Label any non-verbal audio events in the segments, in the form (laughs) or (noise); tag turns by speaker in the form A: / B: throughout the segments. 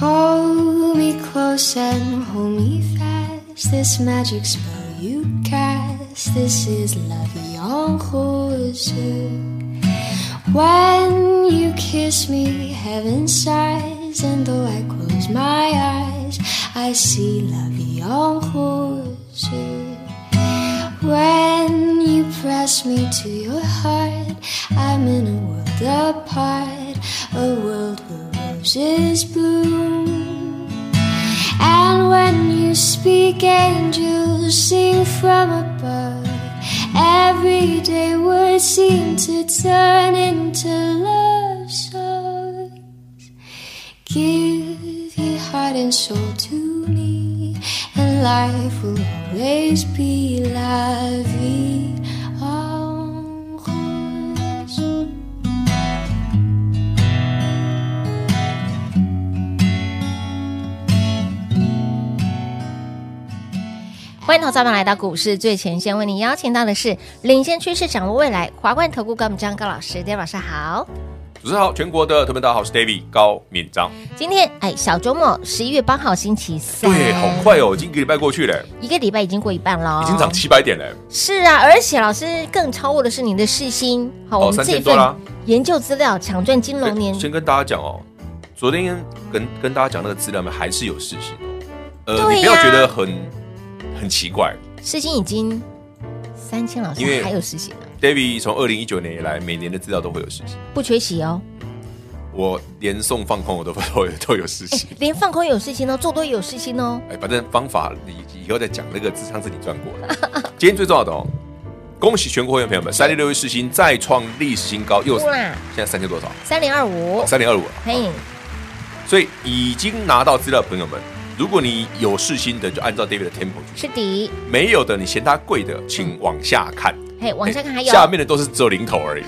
A: Hold me close and hold me fast. This magic spell you cast. This is love, yon When you kiss me, heaven sighs. And though I close my eyes, I see love, yon When you press me to your heart, I'm in a world apart, a world where roses bloom. And when you speak, angels sing from above. Everyday words seem to turn into love songs. Give your heart and soul to me, and life will always be la vie en rose.
B: 欢迎投资者们来到股市最前线，为您邀请到的是领先趋势、掌握未来华冠投顾高敏章高老师，大家晚上好。
C: 主持人好，全国的特别大家好，我是 David 高敏章。
B: 今天哎，小周末十一月八号星期三，
C: 对，好，快哦，已经一个礼拜过去了，
B: 一个礼拜已经过一半了，
C: 已经涨七百点了。
B: 是啊，而且老师更超过的是你的世新，好，
C: 哦
B: 我们这
C: 3000多
B: 份
C: 啦
B: 研究资料，抢赚金
C: 对
B: 融年，
C: 先跟大家讲哦，昨天跟跟大家讲那个资料里面还是有事情哦。呃，
B: 对呀
C: 你不要觉得很很奇怪
B: 世新已经三千，老师
C: 因为
B: 还有事情啊，
C: ，David 从二零一九年以来，每年的资料都会有事情，
B: 不缺席哦，
C: 我连送放空我都都有 (laughs) 都有事
B: 哎 (laughs)
C: 情。，
B: 连放空也有事情哦，做多也有事情哦，
C: 哎，反正方法你以后再讲那个，上次你赚过了。今天最重要的哦，恭喜全国会员朋友们，三六六一世新再创历史新高，又
B: 哇
C: 现在三千多少？
B: 三零二五，
C: 三零二五。啊
B: 嘿，
C: 所以已经拿到资料的朋友们，如果你有试新的，就按照 David 的 tempo 去；
B: 是的，
C: 没有的，你嫌它贵的，请往下看。哎
B: 嘿，往下看还有，
C: 下面的都是只有零头
B: (laughs)
C: 而已，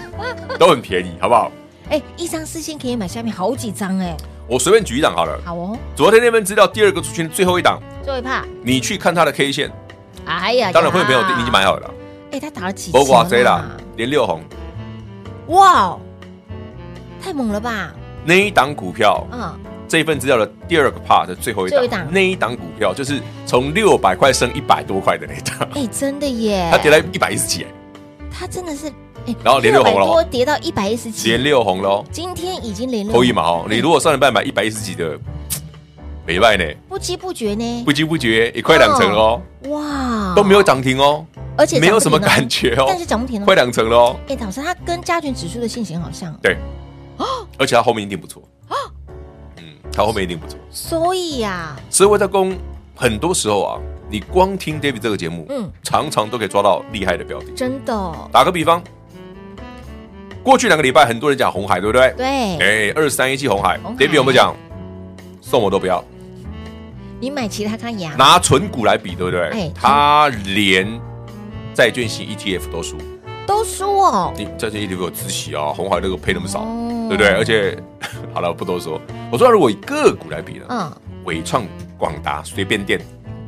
C: 都很便宜，好不好？
B: 哎，一张四千可以买下面好几张哎，
C: 我随便举一档好了。
B: 好哦，
C: 昨天那份资料第二个族群最后一档，
B: 最后一怕，
C: 你去看它的 K 线，
B: 哎呀，
C: 当然会
B: 呀
C: 员朋友你已经买，好了啦，
B: 哎，他打了几
C: 包括
B: 折
C: 谁啦
B: 啦？，
C: 连六红
B: 哇哦，太猛了吧，
C: 那一档股票，
B: 嗯，
C: 这一份资料的第二个 part 的最后一
B: 最后一
C: 档
B: 档，
C: 那一档股票就是从六百块升一百多块的那一档，
B: 哎，真的耶，
C: 它跌了一百一十几，哎
B: 它真的是，哎
C: 然后连六红了哦
B: 多跌到一百一十几，
C: 连六红喽。
B: 今天已经连六
C: 扣一毛哦，你如果上礼拜买一百一十几的，没卖呢，
B: 不知不觉呢，
C: 不知不觉也快两成哦，
B: 哇，
C: 都没有，涨停哦，
B: 而且
C: 没有什么
B: 感
C: 感
B: 觉，
C: 觉哦，
B: 但是涨不停哦
C: 快两成了哦，
B: 哎，老师，它跟加权指数的现形好像，
C: 对，而且它后面一定不错，
B: 哦
C: 嗯，它后面一定不错，
B: 所以呀，
C: 所以我在公很多时候啊，你光听 David 这个节目，
B: 嗯
C: 嗯，常常都可以抓到厉害的标的。
B: 真的哦，
C: 打个比方，过去两个礼拜很多人讲红海，对不对？
B: 对，
C: 哎，二三一七红海
B: 红海
C: ，David 有没有讲？送我都不要，
B: 你买其他看牙，
C: 拿纯股来比，对不
B: 哎
C: 对？他连债券型 ETF 都输，
B: 都输哦，
C: 你债券 ETF 有自喜啊，红海那个配那么少，
B: 哦
C: 对不对？而且 (laughs) 好了，不多说。我说如果以个股来比呢，
B: 嗯，
C: 伟创、广达随便电，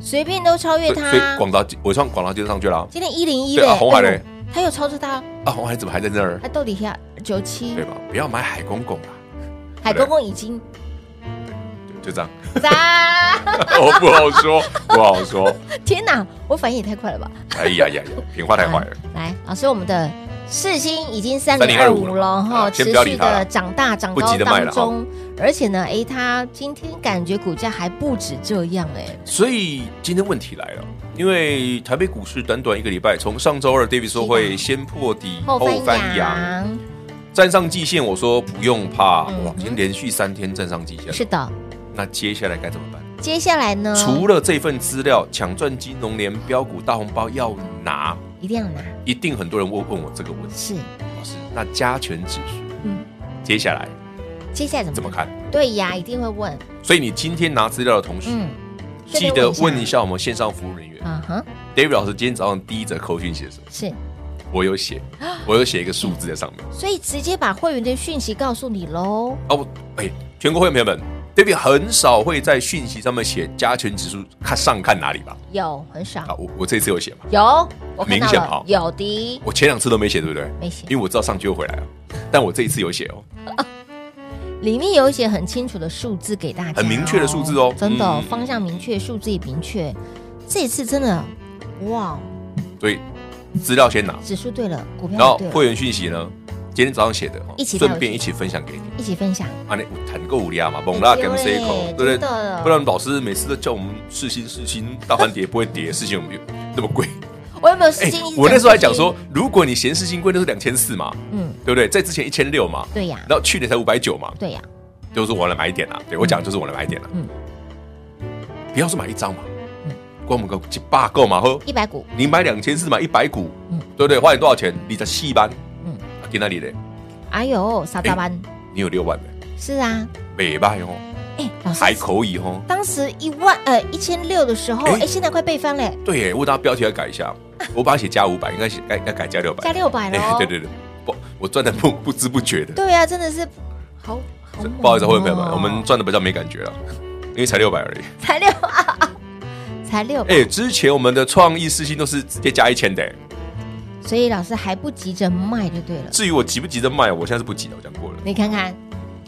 B: 随便都超越
C: 所以
B: 它，
C: 广达、伟创、广达就上去了啊
B: 今天一零一
C: 对啊
B: 嘞，
C: 红海嘞
B: 哎呦，它又超出它，
C: 啊。红海怎么还在那儿
B: 它？到底下九七
C: 对，吧？不要买海公公啊啦，
B: 海公公已经
C: 就这样， (laughs)
B: 砸， (laughs)
C: 我不好说，不好说。
B: 天哪，我反应也太快了吧。
C: 哎呀呀呀，品话太坏了。
B: 来，老师，我们的世新已经三零二
C: 3025
B: 五了哈，
C: 啊
B: 持
C: 先不要
B: 续
C: 理它
B: 的
C: 了
B: 长大长
C: 不
B: 高
C: 急着卖
B: 当
C: 了啊
B: 中，而且呢，诶，它今天感觉股价还不止这样诶，
C: 所以今天问题来了，因为台北股市短短一个礼拜，从上周二 David 说会先破底
B: 后翻
C: 扬，
B: 阳
C: 站上季线，我说不用怕，
B: 嗯
C: 哇，已经连续三天站上季线了。
B: 是的，
C: 那接下来该怎么办？
B: 接下来呢，
C: 除了这份资料，抢赚金融联标股大红包要拿，
B: 一定要拿
C: 一定很多人会问我这个问题，
B: 是
C: 老师，那加权指数，
B: 嗯
C: 接下来
B: 接下来怎么
C: 怎么看？
B: 对呀，一定会问。
C: 所以你今天拿资料的同时，
B: 嗯，这
C: 记
B: 边
C: 得问一下我们线上服务人员
B: 啊哈，
C: David 老师，今天早上第一则扣讯写什么？
B: 是，
C: 我有写，我有写一个数字在上面。
B: 所以直接把会员的讯息告诉你喽。
C: 哦，哎，全国会员朋友们，David 很少会在讯息上面写加权指数看上看哪里吧？
B: 有很
C: 啊，
B: 少，
C: 我我这次有写嘛？
B: 有我看
C: 明
B: 到
C: 显跑
B: 了，有的，
C: 我前两次都没写，对不对？
B: 没写
C: 因为我知道上去会回来哦。但我这一次有写哦，
B: 里面有一些很清楚的数字给大家哦，
C: 很明确的数字哦
B: 真的哦
C: 嗯
B: 方向明确，数字也明确。这一次真的，哇，
C: 所以资料先拿，
B: 指数对了，股
C: 然后
B: 票也对
C: 会
B: 了，
C: 员讯息呢，今天早上写的哦
B: 一，起带回去
C: 顺便一起分享给你。
B: 一起分享。
C: 啊，你谈够无聊嘛，猛拉
B: 对
C: 给我们 C 口，对不对
B: 真的？
C: 不然老师每次都叫我们试新试新，大盘跌不会跌，事情有没有那么贵？
B: 我有没有
C: 哎
B: 信心？
C: 我那时候还讲说，，如果你嫌事情贵，那是两千四嘛，
B: 嗯，
C: 对不对？在之前一千六嘛，
B: 对呀，
C: 然后去年才五百九嘛，
B: 对呀，
C: 就是我来买一点啦。对我讲的就是我来买一点啦。
B: 嗯
C: 不要说买一张嘛
B: 嗯，
C: 光我们个几把够嘛呵，
B: 一百股
C: 你买两千四买一百股
B: 嗯，
C: 对不对？花你多少钱？你的戏班，
B: 嗯
C: 嗯，给那里的，
B: 哎呦，傻大班，
C: 你有六万
B: 是啊，
C: 没？没卖哦，
B: 哎，老师
C: 还可以哦。
B: 当时一万呃一千六的时候，
C: 哎
B: 哎，现在快倍翻嘞，
C: 对耶，我当标题要改一下，
B: (laughs)
C: 我把它写加五百，应该写该该改加六百，
B: 加六百
C: 哎
B: 喽。
C: 对对对，不，我赚的不不知不觉的，
B: 对啊，真的是好好猛哦。
C: 不好意思，会员朋友们，我们赚的比较没感觉了，因为才六百而已。
B: 才六啊，才六百，
C: 哎、之前我们的创意事情都是直接加一千的、
B: 所以老师还不急着卖就对了。
C: 至于我急不急着卖，我现在是不急的，我讲过了。
B: 你看看，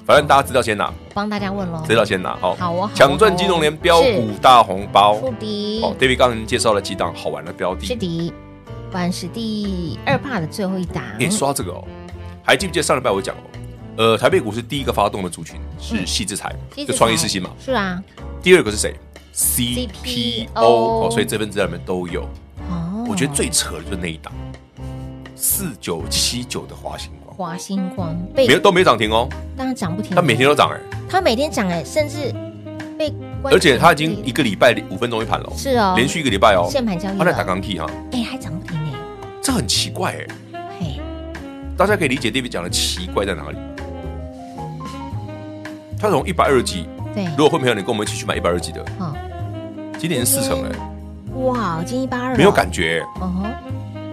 C: 反正大家知道先拿，
B: 我帮大家问喽。
C: 知道先拿，
B: 好
C: 好
B: 哦好哦
C: 抢赚金融联标股大红包。
B: 富迪
C: 哦，David 刚刚介绍了几档好玩的标
B: 是
C: 的，
B: 迪，万是第二帕的最后一档。
C: 你刷这个哦，还记不记得上礼拜我讲哦？呃，台北股市第一个发动的族群是嗯细制材，
B: 其实
C: 啊就创意事情嘛。
B: 是啊，
C: 第二个是谁？CPO 哦，所以这份资料里面都有。
B: 哦，
C: 我觉得最扯的就是那一档四九七九的华星光，
B: 华星光被
C: 没有都没涨停哦，
B: 当然涨不停，
C: 它每天都欸涨哎、
B: 它每天涨哎，甚至被关
C: 而且它已经一个礼拜五分钟一盘了哦，
B: 是哦，
C: 连续一个礼拜哦，
B: 限盘交易
C: 它在打
B: 了，
C: 钢 K 哈，
B: 哎，还涨不停哎，
C: 这很奇怪哎，
B: 嘿，
C: 大家可以理解 David 讲的奇怪在哪里？它从一百二十几，
B: 对，
C: 如果会朋友你跟我们一起去买一百二十几的，
B: 哦，
C: 今年是四成哎，
B: 哇，今天一八二
C: 没有感觉哎，
B: 哦吼，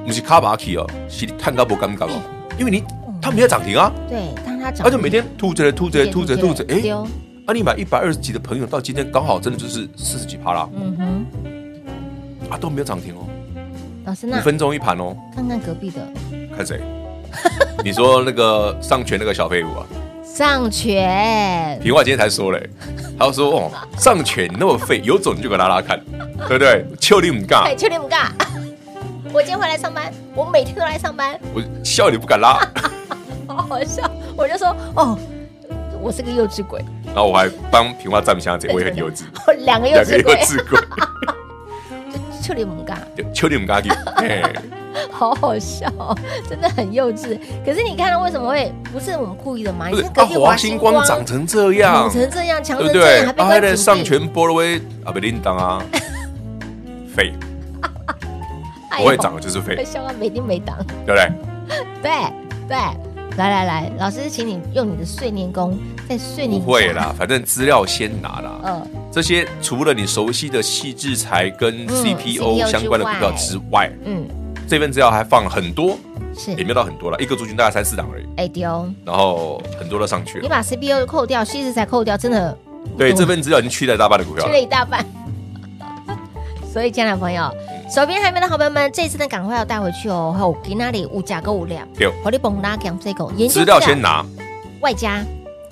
C: 不是卡巴 K 哦，是探高不尴尬哦，因为你它没有涨停啊，
B: 对，当它嗯涨，
C: 它就每天吐着吐着吐着吐着，哎。
B: 丢，
C: 啊，你买一百二十几的朋友，到今天刚好真的就是四十几趴啦，
B: 嗯哼。
C: 啊都没有涨停哦，
B: 老师，嗯
C: 五
B: 那
C: 分钟一盘哦，
B: 看看隔壁的 (laughs)
C: 看谁？你说那个上权那个小废物啊，
B: 上权，
C: 平话今天才说嘞，他说哦上权那么废，有种你就给他拉拉看，对不对？笑你唔
B: 哎，
C: 尬，
B: 确定不尬？我今天回来上班，我每天都来上班，
C: 我笑你不敢拉，
B: 好好笑。我就说，哦，我是个幼稚鬼，
C: 然后我还帮平话站不下这，我也很幼稚，
B: 我两个幼
C: 两个
B: 稚
C: 幼
B: 鬼，
C: 稚鬼，
B: 确定不尬，
C: 对笑你
B: (laughs)
C: 唔尬哎，
B: 好好笑，真的很幼稚。可是你看到为什么会不是我们故意的吗？
C: 不
B: 你
C: 是
B: 看隔
C: 啊
B: 壁
C: 华星光长成这
B: 长，
C: 样
B: 成这样，强
C: 对
B: 成
C: 不
B: 这
C: 对？
B: 样，还被
C: 啊，还
B: 关
C: 在
B: 禁
C: 上
B: 闭
C: 权，波罗威啊，不琳
B: (laughs)
C: 当啊，废，
B: 哎
C: 不
B: 呦
C: 会涨的就是废，
B: 笑到没丁没档。
C: 对不对？
B: 对对，来来来，老师，请你用你的碎念功，在碎
C: 不
B: 念
C: 会啦，反正资料先拿啦。
B: 啊嗯，
C: 这些除了你熟悉的细制材跟
B: 嗯
C: CPO 相关的股票之外，
B: 嗯
C: 这份资料还放了很多，
B: 是
C: 也没有到很多了，一个族群大概三四档而已。
B: 哎丢，
C: 然后很多都上去
B: 你
C: 了，
B: 把 CPU 扣掉，西子才扣掉，真的
C: 对，这份资料已经取代大半的股票
B: 去
C: 了
B: 了。一大半。 (laughs) 所以，亲爱的朋友，
C: 嗯
B: 手边还没的好朋友们，这次呢，赶快要带回去哦。好，给那里物价购物量，
C: 对，
B: 火力蹦拉讲这个研究
C: 资料先拿。
B: 外加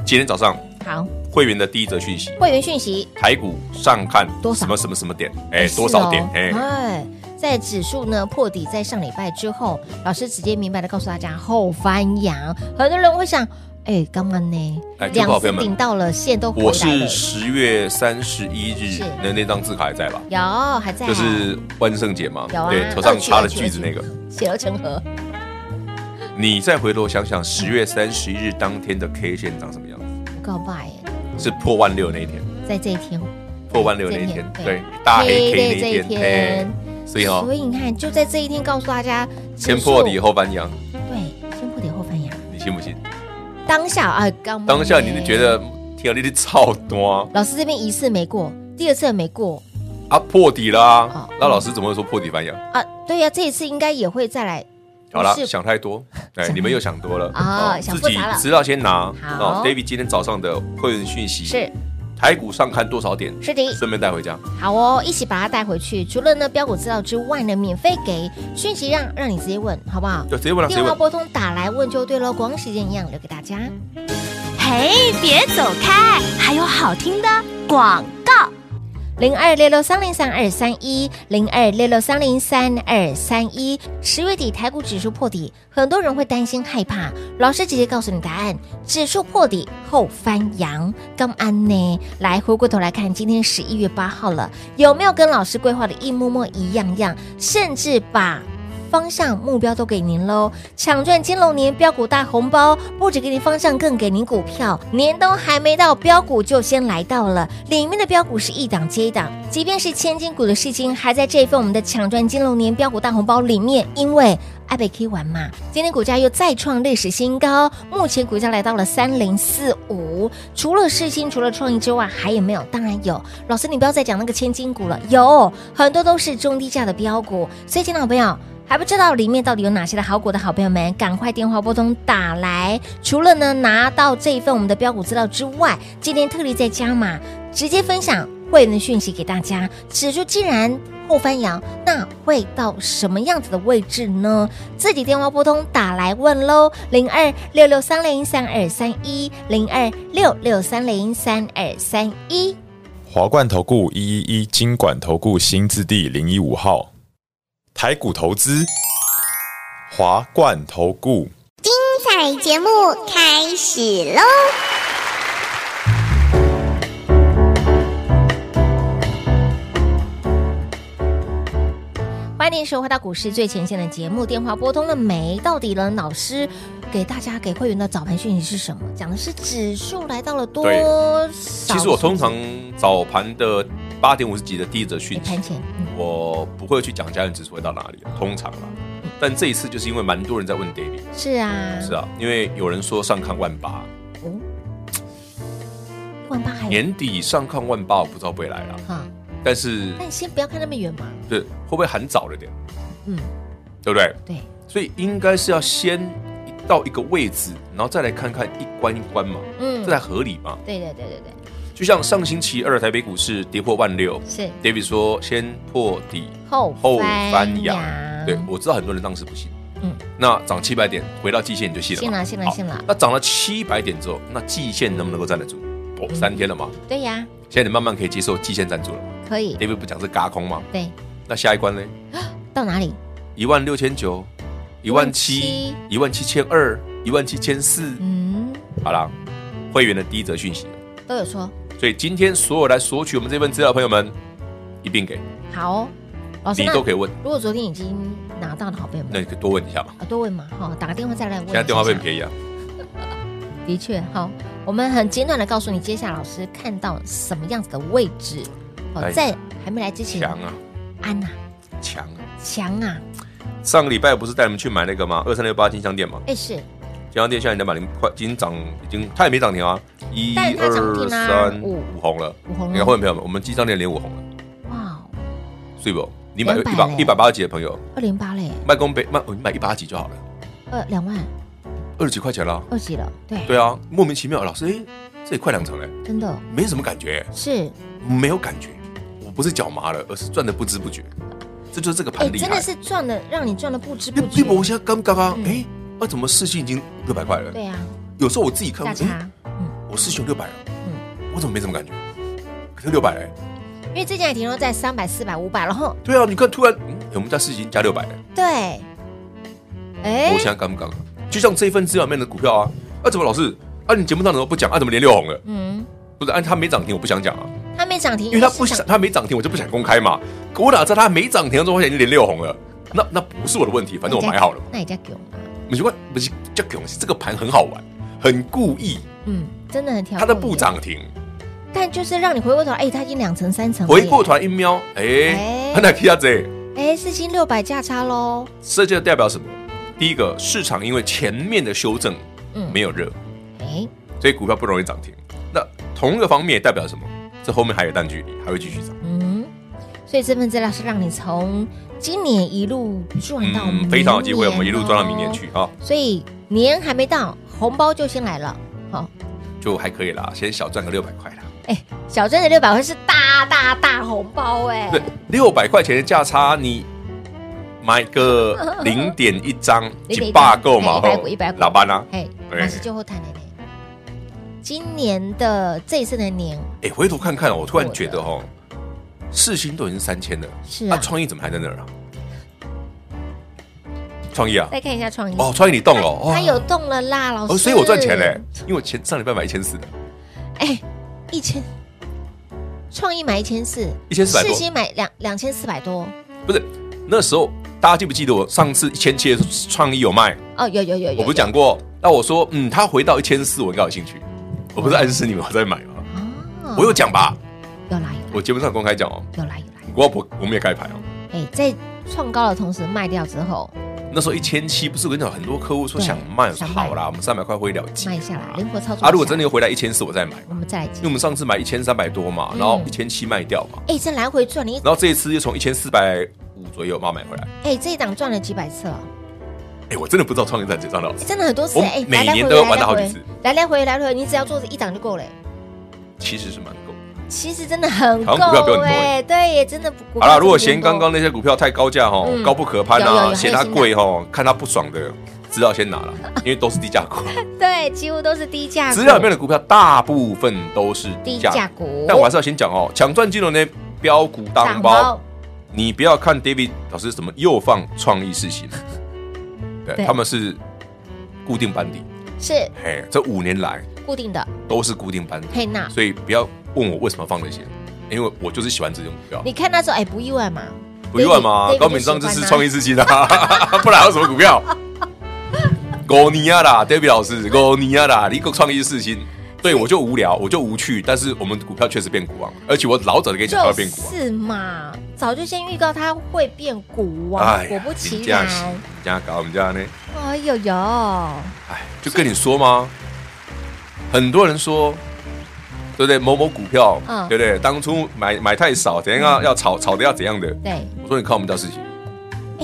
C: 今天早上
B: 好
C: 会员的第一则讯息，
B: 会员讯息，
C: 台股上看
B: 多少
C: 什么什么什么点，哎，多少点？
B: 是
C: 哎
B: 哦，哎，在指数呢破底，在上礼拜之后，老师直接明白的告诉大家后翻扬。很多人会想，哎，刚刚呢
C: 哎，就
B: 两
C: 好朋
B: 次
C: 友们
B: 顶到了，线都回
C: 我
B: 来
C: 是
B: 了，
C: 十月三十一日
B: 是
C: 那那张字卡还在吧？
B: 有还在啊，
C: 就是万圣节嘛，
B: 有啊
C: 对，头上插了
B: 二区
C: 橘子那个。
B: 血流成河，
C: 你再回头想想，十月三十一日当天的 K 线长什么样子？
B: 告白
C: 是破万六那一天，
B: 在这一天，
C: 破万六那一天，
B: 这一天
C: 对，大
B: 黑
C: 黑 K
B: 的
C: 那一
B: 这一
C: 天，
B: 天
C: 嘿所以哦
B: 所，以你看，就在这一天告诉大家，
C: 先
B: 指数
C: 破底，后翻阳，
B: 对，先破底后翻扬，
C: 你信不信？
B: 当下啊，刚
C: 当下你就觉得天啊，你的操多
B: 老师这边一次没过，第二次也没过
C: 啊破底啦
B: 哦！
C: 那老师怎么会说破底翻扬？
B: 啊，对呀、这一次应该也会再来。
C: 好啦
B: 不，是
C: 想太多，哎，
B: 想
C: 你们又
B: (laughs)
C: 想多了
B: 啊
C: 哦
B: 想
C: 自
B: 复
C: 己
B: 杂了
C: 知道先拿。哦
B: 好
C: ，David 今天早上的会员讯息
B: 是
C: 台股上看多少点？
B: 是的
C: 顺便带回家。
B: 好哦，一起把它带回去。除了呢标股资料之外呢，免费给讯息让让你直接问，好啊不好？
C: 对，直接问了，直接
B: 电话
C: 问。
B: 拨通打来问就对喽，广告时间一样留给大家。
D: 嘿，别走开，还有好听的广告。
B: 零二六六三零三二三一，零二六六三零三二三一。十月底台股指数破底，很多人会担心害怕。老师直接告诉你答案：指数破底后翻阳，刚安呢？来回过头来看，今天十一月八号了，有没有跟老师规划的一模模一样样？甚至把方向目标都给您喽，抢赚金龙年标股大红包，不止给您方向，更给您股票。年都还没到，标股就先来到了，里面的标股是一档接一档，即便是千金股的事情，还在这一份我们的抢赚金龙年标股大红包里面，因为。爱贝 K 玩嘛，今天股价又再创历史新高，目前股价来到了三零四五。除了世新，除了创意之外，还有没有？当然有。老师，你不要再讲那个千金股了，有很多都是中低价的标股。所以，亲爱的朋友。还不知道里面到底有哪些的好股的好朋友们，赶快电话拨通打来。除了呢拿到这一份我们的标股资料之外，今天特例再加码，直接分享会员的讯息给大家。指数既然后翻扬，那会到什么样子的位置呢？自己电话拨通打来问喽，零二六六三零三二三一，零二六六三零三二三一。
E: 华冠投顾一一一金管投顾新字第零一五号，台股投资，华冠投顾。
F: 彩节目开始喽！
B: 欢迎收回到股市最前线的节目，电话拨通了没？到底呢？老师给大家给会员的早盘讯息是什么？讲的是指数来到了多
C: 对
B: 少？
C: 其实我通常早盘的八点五十几的第一则
B: 你
C: 讯息
B: 盘，前，嗯，
C: 我不会去讲家人指数会到哪里，通常啦。
B: 嗯
C: 但这一次就是因为蛮多人在问 David，
B: 是啊，
C: 是啊，因为有人说上看万八，
B: 哦，万八还有
C: 年底上看万八，我不知道会不会来啦。
B: 哈，
C: 但是
B: 嗯但先不要看那么远嘛，
C: 对会不会很早了点，
B: 嗯，
C: 对不对？
B: 对，
C: 所以应该是要先到一个位置，然后再来看看一关一关嘛，
B: 嗯
C: 这，才合理嘛。
B: 对对对对对，
C: 就像上星期二台北股市跌破万六
B: 是
C: ，David 说先破底
B: 后
C: 后翻扬，对
B: 扬
C: 我知道很多人当时不信，
B: 嗯
C: 那涨七百点回到季线你就信了
B: 信
C: 嘛，
B: 了信了
C: 好
B: 信了，
C: 那涨了七百点之后，那季线能不能够站得住？哦，三天了嘛，
B: 对呀，
C: 现在你慢慢可以接受季线站住了嘛。
B: 可以，
C: David 不讲是嘎空嘛？
B: 对，
C: 那下一关呢？
B: 到哪里？
C: 一万六千九，一万七，一万七千二，一万七千四。
B: 嗯，
C: 好啦，会员的第一则讯息。
B: 都有说
C: 所以今天所有来索取我们这份资料的朋友们，一并给
B: 好哦，老师
C: 你
B: 那
C: 都可以问，
B: 如果昨天已经拿到的好朋友
C: 那
B: 们
C: 你，可以多问一下嘛。
B: 啊，多问嘛，哈、打个电话再来问一下。
C: 现在电话费很
B: 宜。
C: 便宜啊，
B: 的确，好，我们很简短的告诉你，接下来老师看到什么样子的位置，哦，
C: 哎
B: 在还没来之前，
C: 强啊，
B: 安呐、
C: 强啊！
B: 强啊，
C: 上个礼拜不是带你们去买那个吗？二三六八金香店嘛，
B: 哎是，
C: 金香店现在两百零块，已经涨，已经它也没涨停啊，一
B: 但它涨停
C: 二
B: 啦
C: 三
B: 五
C: 五红了，
B: 五红了
C: 你看会员朋友们，我们金香店连五红了，
B: 哇哦，
C: 所以不，你买一
B: 200
C: 百
B: 嘞
C: 一百八十几的朋友，
B: 二零八嘞，
C: 卖公杯卖，哦你买一百几就好了，
B: 二两万
C: 二十几块钱啦。
B: 二级了，对，
C: 对啊，莫名其妙，老师，哎，这也快两成了，
B: 真的
C: 没什么感觉，
B: 是，
C: 没有感觉，我不是脚麻了，而是赚的不知不觉，这就是这个
B: 哎、
C: 盘厉
B: 真
C: 害
B: 的。是赚的，让你赚的不知
C: 那
B: 不
C: 那
B: 觉。嗯
C: 我现在刚刚啊，哎，啊，怎么市信已经六百块了？
B: 对啊，
C: 有时候我自己看，
B: 价
C: 哎，
B: 差，嗯，
C: 我市信六百了，我怎么没什么感觉？可是六百嘞，
B: 因为之前也停留在三百、四百、五百，然后
C: 对啊，你看突然，嗯，我们家市信加六百嘞，
B: 对，哎、
C: 我现在刚刚，啊就像这份资料里面的股票啊，啊，怎么老是啊，你节目上怎么不讲啊？怎么连六红了？
B: 嗯，
C: 不是，按它没涨停，我不想讲啊。
B: 它没涨停，
C: 因为它不
B: 是
C: 想，它没涨停，我就不想公开嘛。可我哪知道它没涨停的时候，我已经连六红了？那那不是我的问题，反正我买好了嘛。
B: 那也叫囧啊，
C: 不是，不是这个东西，这个盘很好玩，很故意，
B: 嗯，真的很挑。
C: 它的不，涨停，
B: 但就是让你回过头，哎，它已经两层三层了耶，
C: 回过头来一瞄，哎
B: 哎，
C: 很来啊皮亚贼。
B: 哎，四千六百价差喽，
C: 这就代表什么？第一个，市场因为前面的修正
B: 嗯
C: 没有热，
B: 哎，
C: 所以股票不容易涨停。那同一个方面也代表什么？这后面还有一段距离，还会继续涨。
B: 嗯，所以这份资料是让你从今年一路赚到、哦
C: 嗯，非常有机会，我们一路赚到明年。去啊，
B: 所以年还没到，红包就先来了。好、
C: 就还可以啦，先小赚个六百块啦。
B: 哎、小赚的六百块是大大大红包哎、
C: 对，六百块钱的价差，你买个 (laughs) 零点一张，
B: 0.1
C: 一把够嘛？
B: 哎100股100股
C: 老板啊，
B: 哎，
C: 对
B: 老师就后谈了嘞。今年的这一次的年
C: 哎，回头看看哦，我突然觉得哦，世新都已经三千了，
B: 是
C: 那
B: 啊，
C: 创意怎么还在那儿啊？创意啊，
B: 再看一下创意
C: 哦，，创意你动了哦，
B: 它
C: 哇
B: 有动了啦，老
C: 哦，
B: 师，
C: 所以我赚钱嘞，因为我前上礼拜买一千四的，
B: 哎，一千，创意买一千四，
C: 1400多
B: 世新买两两千四百多，
C: 不是那时候大家记不记得我上次一千七的时候创意有卖，
B: 哦，有有有有，
C: 我不是讲过，那我说嗯，它回到一千四我应该有兴趣，我不是暗示你们我在买吗？
B: 哦
C: 我有讲吧，
B: 有啦有啦
C: 我节目上公开讲哦，
B: 有啦有啦，
C: 我我我们也开牌哦，
B: 哎，在创高的同时卖掉之后
C: 那时候一千七不是我跟你讲很多客户说
B: 对
C: 想卖，我说
B: 想卖
C: 好啦，我们三百块会了结
B: 卖下来，灵活操作
C: 啊，如果真的
B: 有，
C: 又回来一千四我再买，
B: 我们再来
C: 因
B: 接
C: 为我，们上次买一千三百多嘛，
B: 嗯
C: 然后一千七卖掉嘛，
B: 哎，这来回赚你一，
C: 然后这一次又从一千四百五左右把它买回来，
B: 哎，这一档赚了几百次了。
C: 哎，我真的不知道创业在几张了，老师
B: 真的很多次
C: 我
B: 哎、
C: 每
B: 来来
C: 年
B: 回
C: 都要
B: 回
C: 玩到
B: 来
C: 好
B: 来回
C: 几次
B: 来来回来回，你只要做这一档就够了、哎
C: 其实是蛮够的。
B: 其实真的很够
C: 好像股票比我们多欸
B: 哎、对，也真的不。
C: 好啦，如果嫌
B: 嫌
C: 刚刚那些股票太高价哦，
B: 嗯
C: 高不可攀
B: 有有有
C: 啊，
B: 还
C: 嫌
B: 有
C: 它
B: 新
C: 贵哦，看它不爽的，资料先拿了，因为都是低价股。
B: 对，几乎都是低价股
C: 资料里面的股票大部分都是低
B: 低
C: 价
B: 价
C: 股，
B: 股，
C: 但我还是要先讲哦，抢赚金融的标股大红包，，你不要看 David 老师怎么又放创意事情，对
B: 对
C: 他们是固定班底，
B: 是
C: 嘿，这五年来
B: 固定的。
C: 都是固定班底，
B: 嘿娜，
C: 所以不要问我为什么放那些，因为我就是喜欢这种股票。
B: 你看那时候哎、不意外嘛？
C: 不意外嘛
B: David-，David
C: 高敏章就是创
B: 就喜欢啊
C: 意事情啦， (laughs) 不然还有什么股票？狗尼亚啦，David 老师，狗尼亚啦，你个创意事情，对我就无聊，我就无趣，但是我们股票确实变股王，而且我老早就跟你讲它
B: 就
C: 会变股王。
B: 是嘛，早就先预告它会变股王，
C: 哎
B: 果
C: 呀，
B: 不其
C: 你这样
B: 然，
C: 子，你这样搞我们家呢？
B: 哎呦呦，
C: 哎，就跟你说吗？很多人说，对不对？某某股票，
B: 嗯
C: 对不对？当初买买太少，怎样啊要炒炒的要怎样的？
B: 对，
C: 我说你看我们家事情，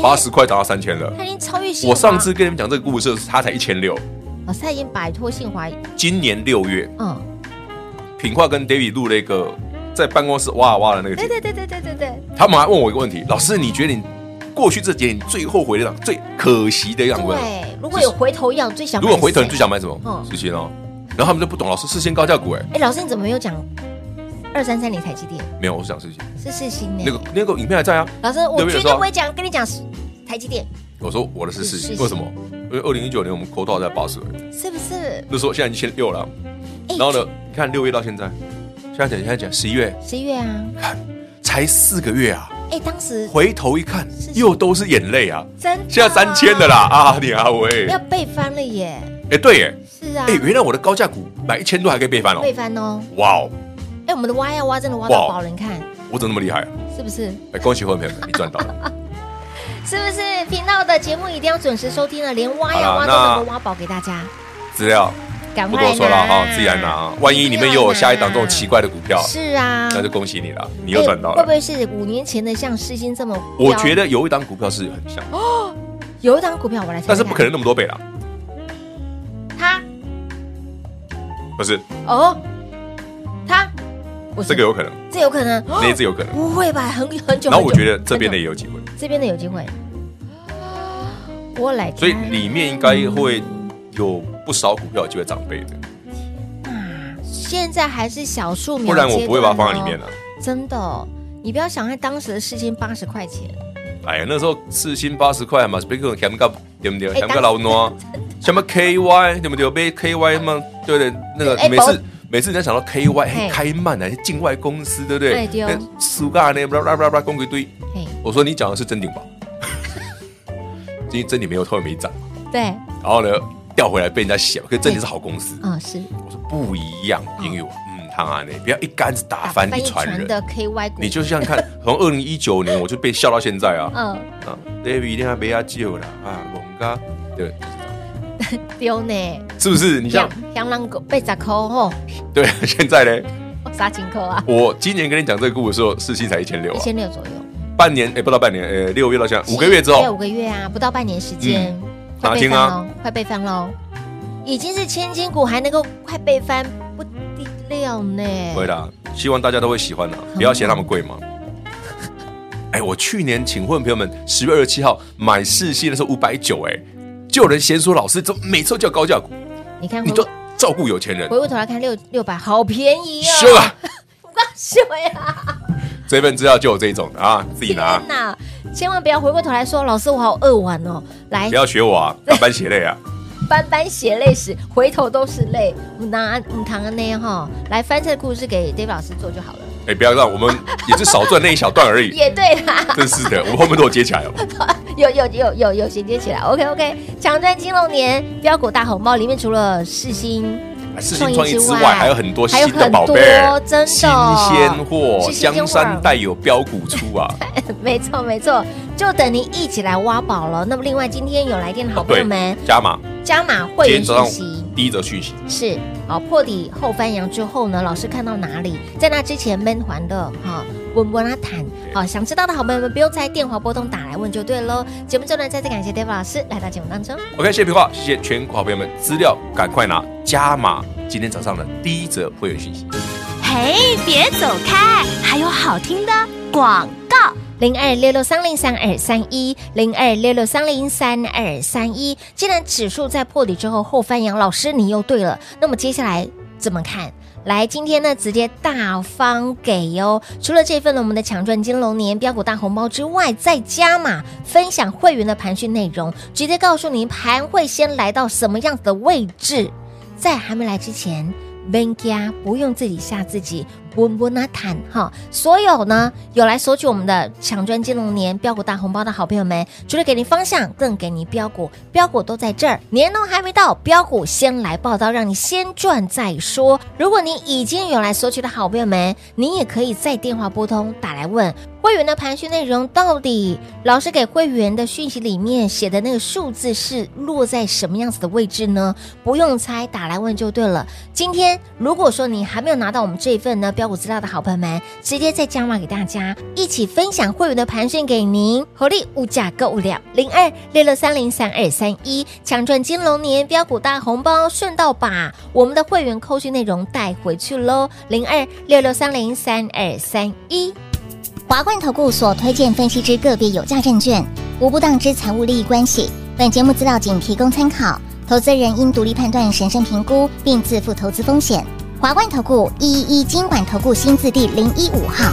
C: 八十块涨到三千了。
B: 它已经超越新华
C: 我上次跟你们讲这个故事的时候，它才一千六。
B: 老哦师它已经摆脱信华，
C: 今年六月，
B: 嗯，
C: 品化跟 David 录了一个在办公室哇哇的那个节
B: 对对
C: 目，
B: 对对对对对，
C: 他们还问我一个问题：老师，你觉得你过去这几年你最后悔的一档、最可惜的一档股票？
B: 对，如果有回头药，最想
C: 如果回头
B: 买谁
C: 你最想买什么
B: 嗯
C: 事情哦？然后他们就不懂，老师事先高价股哎，
B: 哎，老师你怎么没有讲二三三零台积电
C: 没有，我是讲事情，
B: 是世新呢？
C: 那个那个影片还在啊。
B: 老师，我
C: 对不对
B: 绝
C: 说
B: 对
C: 啊
B: 不会讲，跟你讲是台积电
C: 我说我的是事
B: 是
C: 情，
B: 是
C: 为什么？因为二零一九年我们口到在八十，
B: 是哎不是？
C: 那时候现在一千六了。然后呢，你看六月到现在，现在讲现在讲十一月，
B: 十一月啊，
C: 看才四个月啊，
B: 哎，当时
C: 回头一看
B: 是是
C: 又都是眼泪啊。
B: 真的
C: 现在三千的啦啊，你阿伟，
B: 要
C: 哎、
B: 被翻了耶！
C: 对耶，
B: 是啊
C: 哎、，原来我的高价股买一千多还可以被翻哦，
B: 被翻哦。
C: 哇哦，
B: 哎，我们的挖呀挖真的挖到
C: 哇
B: 宝了，你看
C: 我怎么那么厉害啊？
B: 是不是？
C: 哎、恭喜会员朋友
B: (laughs)
C: 们，你赚到了。
B: 是不是频道的节目一定要准时收听了，连挖呀
C: 好
B: 挖
C: 啦
B: 都能够
C: 那
B: 挖宝给大家，
C: 资料
B: 赶
C: 不
B: 快
C: 多说了
B: 拿
C: 哈，自己来拿啊。万一里面又有下一档这种奇怪的股票，
B: 是啊，
C: 那就恭喜你了，你又赚到
B: 哎会不
C: 了。
B: 会是五年前的像世新这么飙？
C: 我觉得有一档股票是很像，
B: 有一档股票我来猜猜看，
C: 但是不可能那么多倍啦。
B: 它
C: 不是，
B: 哦，它不是
C: 这个有可能，
B: 这有可能，哦
C: 那一次有可能。
B: 不会吧？很很久。
C: 然后我
B: 很久
C: 觉得这边的也
B: 很
C: 有机会，
B: 久这边的有机会，我来看，
C: 所以里面应该会有不少股票有机会涨倍的，
B: 现在还是小数秒，
C: 不然我不会把它放在里面了。。
B: 哦真的哦，你不要想看当时的事情八十块钱，
C: 哎呀，那时候四星八十块嘛，是被各种甜个对不对？
B: 哎
C: 甜个老孬，什么 KY 对不对？被 KY 嘛，对不对？那个
B: 哎
C: 每
B: 保
C: 次每次人家想到 KY，
B: 嘿
C: 哎，开曼啊，境外公司对不
B: 哎
C: 对？
B: 对哦
C: 那苏格兰那巴拉巴拉巴拉公一堆。
B: 嘿，
C: 我说你讲的是真顶吧？ (laughs) 因为真顶没有后面没涨，
B: 对，
C: 然后呢调回来被人家写，可是真顶是好公司。
B: 嗯，是
C: 我说不一样，朋友，嗯，他啊，你不要一竿子打翻
B: 啊
C: 一船人。
B: 的 KY 股，
C: 你就像看，从二零一九年我就被笑到现在啊。
B: 嗯，
C: 啊，David 一定要被他救了啊，我们家对，就是这样
B: 丢呢，
C: 是不是？你像
B: 香香狼狗被砸扣吼，
C: 对， (laughs) 现在呢，
B: 杀青扣啊，
C: 我今年跟你讲这个故事的时候，四期才一千六
B: 一
C: 啊，
B: 千六左右，
C: 半年哎，不到半年，呃，六月到现在五个月之
B: 对，五
C: 后，
B: 个月啊，不到半年时间，
C: 打
B: 快被
C: 听
B: 翻
C: 啊
B: 喽，快被翻喽，已经是千金股，还能够快被翻，不得了呢。
C: 会啦，希望大家都会喜欢 (laughs) 的，不要嫌他们贵嘛。哎，我去年请问朋友们，十月二十七号买四期的时候五百九，哎，就有人嫌说老师怎么每次都叫高价股，
B: 你看
C: 你
B: 回
C: 都照顾有钱人，
B: 回过头来看六六百，好便宜哦， (laughs)
C: 修啊！
B: 秀呀！
C: 这份资料就有这一种的啊，自己拿
B: 天，哪，千万不要回过头来说，老师我好饿完哦，来
C: 不要学我啊， (laughs) 打班血泪啊。
B: 斑斑血泪史，回头都是泪。我拿我唐安内哈，来翻这个故事给 Dave 老师做就好了。
C: 哎，不要让我们也是少赚那一小段
B: (laughs)
C: 而已，
B: 也对啦，
C: 真是的，我们后面都有接
B: (laughs)
C: 起来哦。
B: 有有有有有衔接起来。OK OK，抢赚金龙年标股大红包里面除了世新，
C: 事情创意之
B: 创意之外
C: 外，还有很多
B: 还有
C: 新的
B: 很
C: 宝
B: 多
C: 贝，
B: 真的
C: 新鲜货
B: 是，新鲜货
C: 江山代有标股出啊！
B: (laughs) 没错没错，就等你一起来挖宝了。那么另外今天有来电的好朋友们，
C: 加码，
B: 加码会
C: 哦
B: 员
C: 今天
B: 学
C: 早
B: 习
C: 上。第一则讯息，
B: 是哦，破底后翻扬之后呢，老师看到哪里？在那之前闷环的哈，稳稳啊谈。好、想知道的好朋友们，不用在电话拨通打来问就对喽。节目最后呢，再次感谢 David 老师来到节目当中。
C: OK，谢谢平话，谢谢全国好朋友们，资料赶快拿，加码今天早上的第一则会员讯息。
D: 嘿，别走开，还有好听的广告。
B: 零二六六三零三二三一，零二六六三零三二三一。既然指数在破底之后后翻扬，老师你又对了，那么接下来怎么看？来，今天呢直接大方给哦！除了这份呢我们的抢赚金龙年标股大红包之外，再加码分享会员的盘讯内容，直接告诉您盘会先来到什么样子的位置。在还没来之前 b e n g a 不用自己吓自己，温温啊坦哈。所有呢有来索取我们的抢赚金龙年标股大红包的好朋友们，除了给您方向，更给您标股，标股都在这儿。年终还没到，标股先来报道，让你先赚再说。如果您已经有来索取的好朋友们，您也可以在电话拨通打来问。会员的盘讯内容到底老师给会员的讯息里面写的那个数字是落在什么样子的位置呢？不用猜，打来问就对了。今天如果说你还没有拿到我们这一份呢标股资料的好朋友们，直接再加码给大家，一起分享会员的盘讯给您，合力物价购物量零二六六三零三二三一，抢赚金龙年标股大红包，顺道把我们的会员扣讯内容带回去喽，零二六六三零三二三一。
F: 华冠投顾所推荐分析之个别有价证券，无不当之财务利益关系。本节目资料仅提供参考，投资人应独立判断、审慎评估，并自负投资风险。华冠投顾一一一金管投顾新字第零一五号。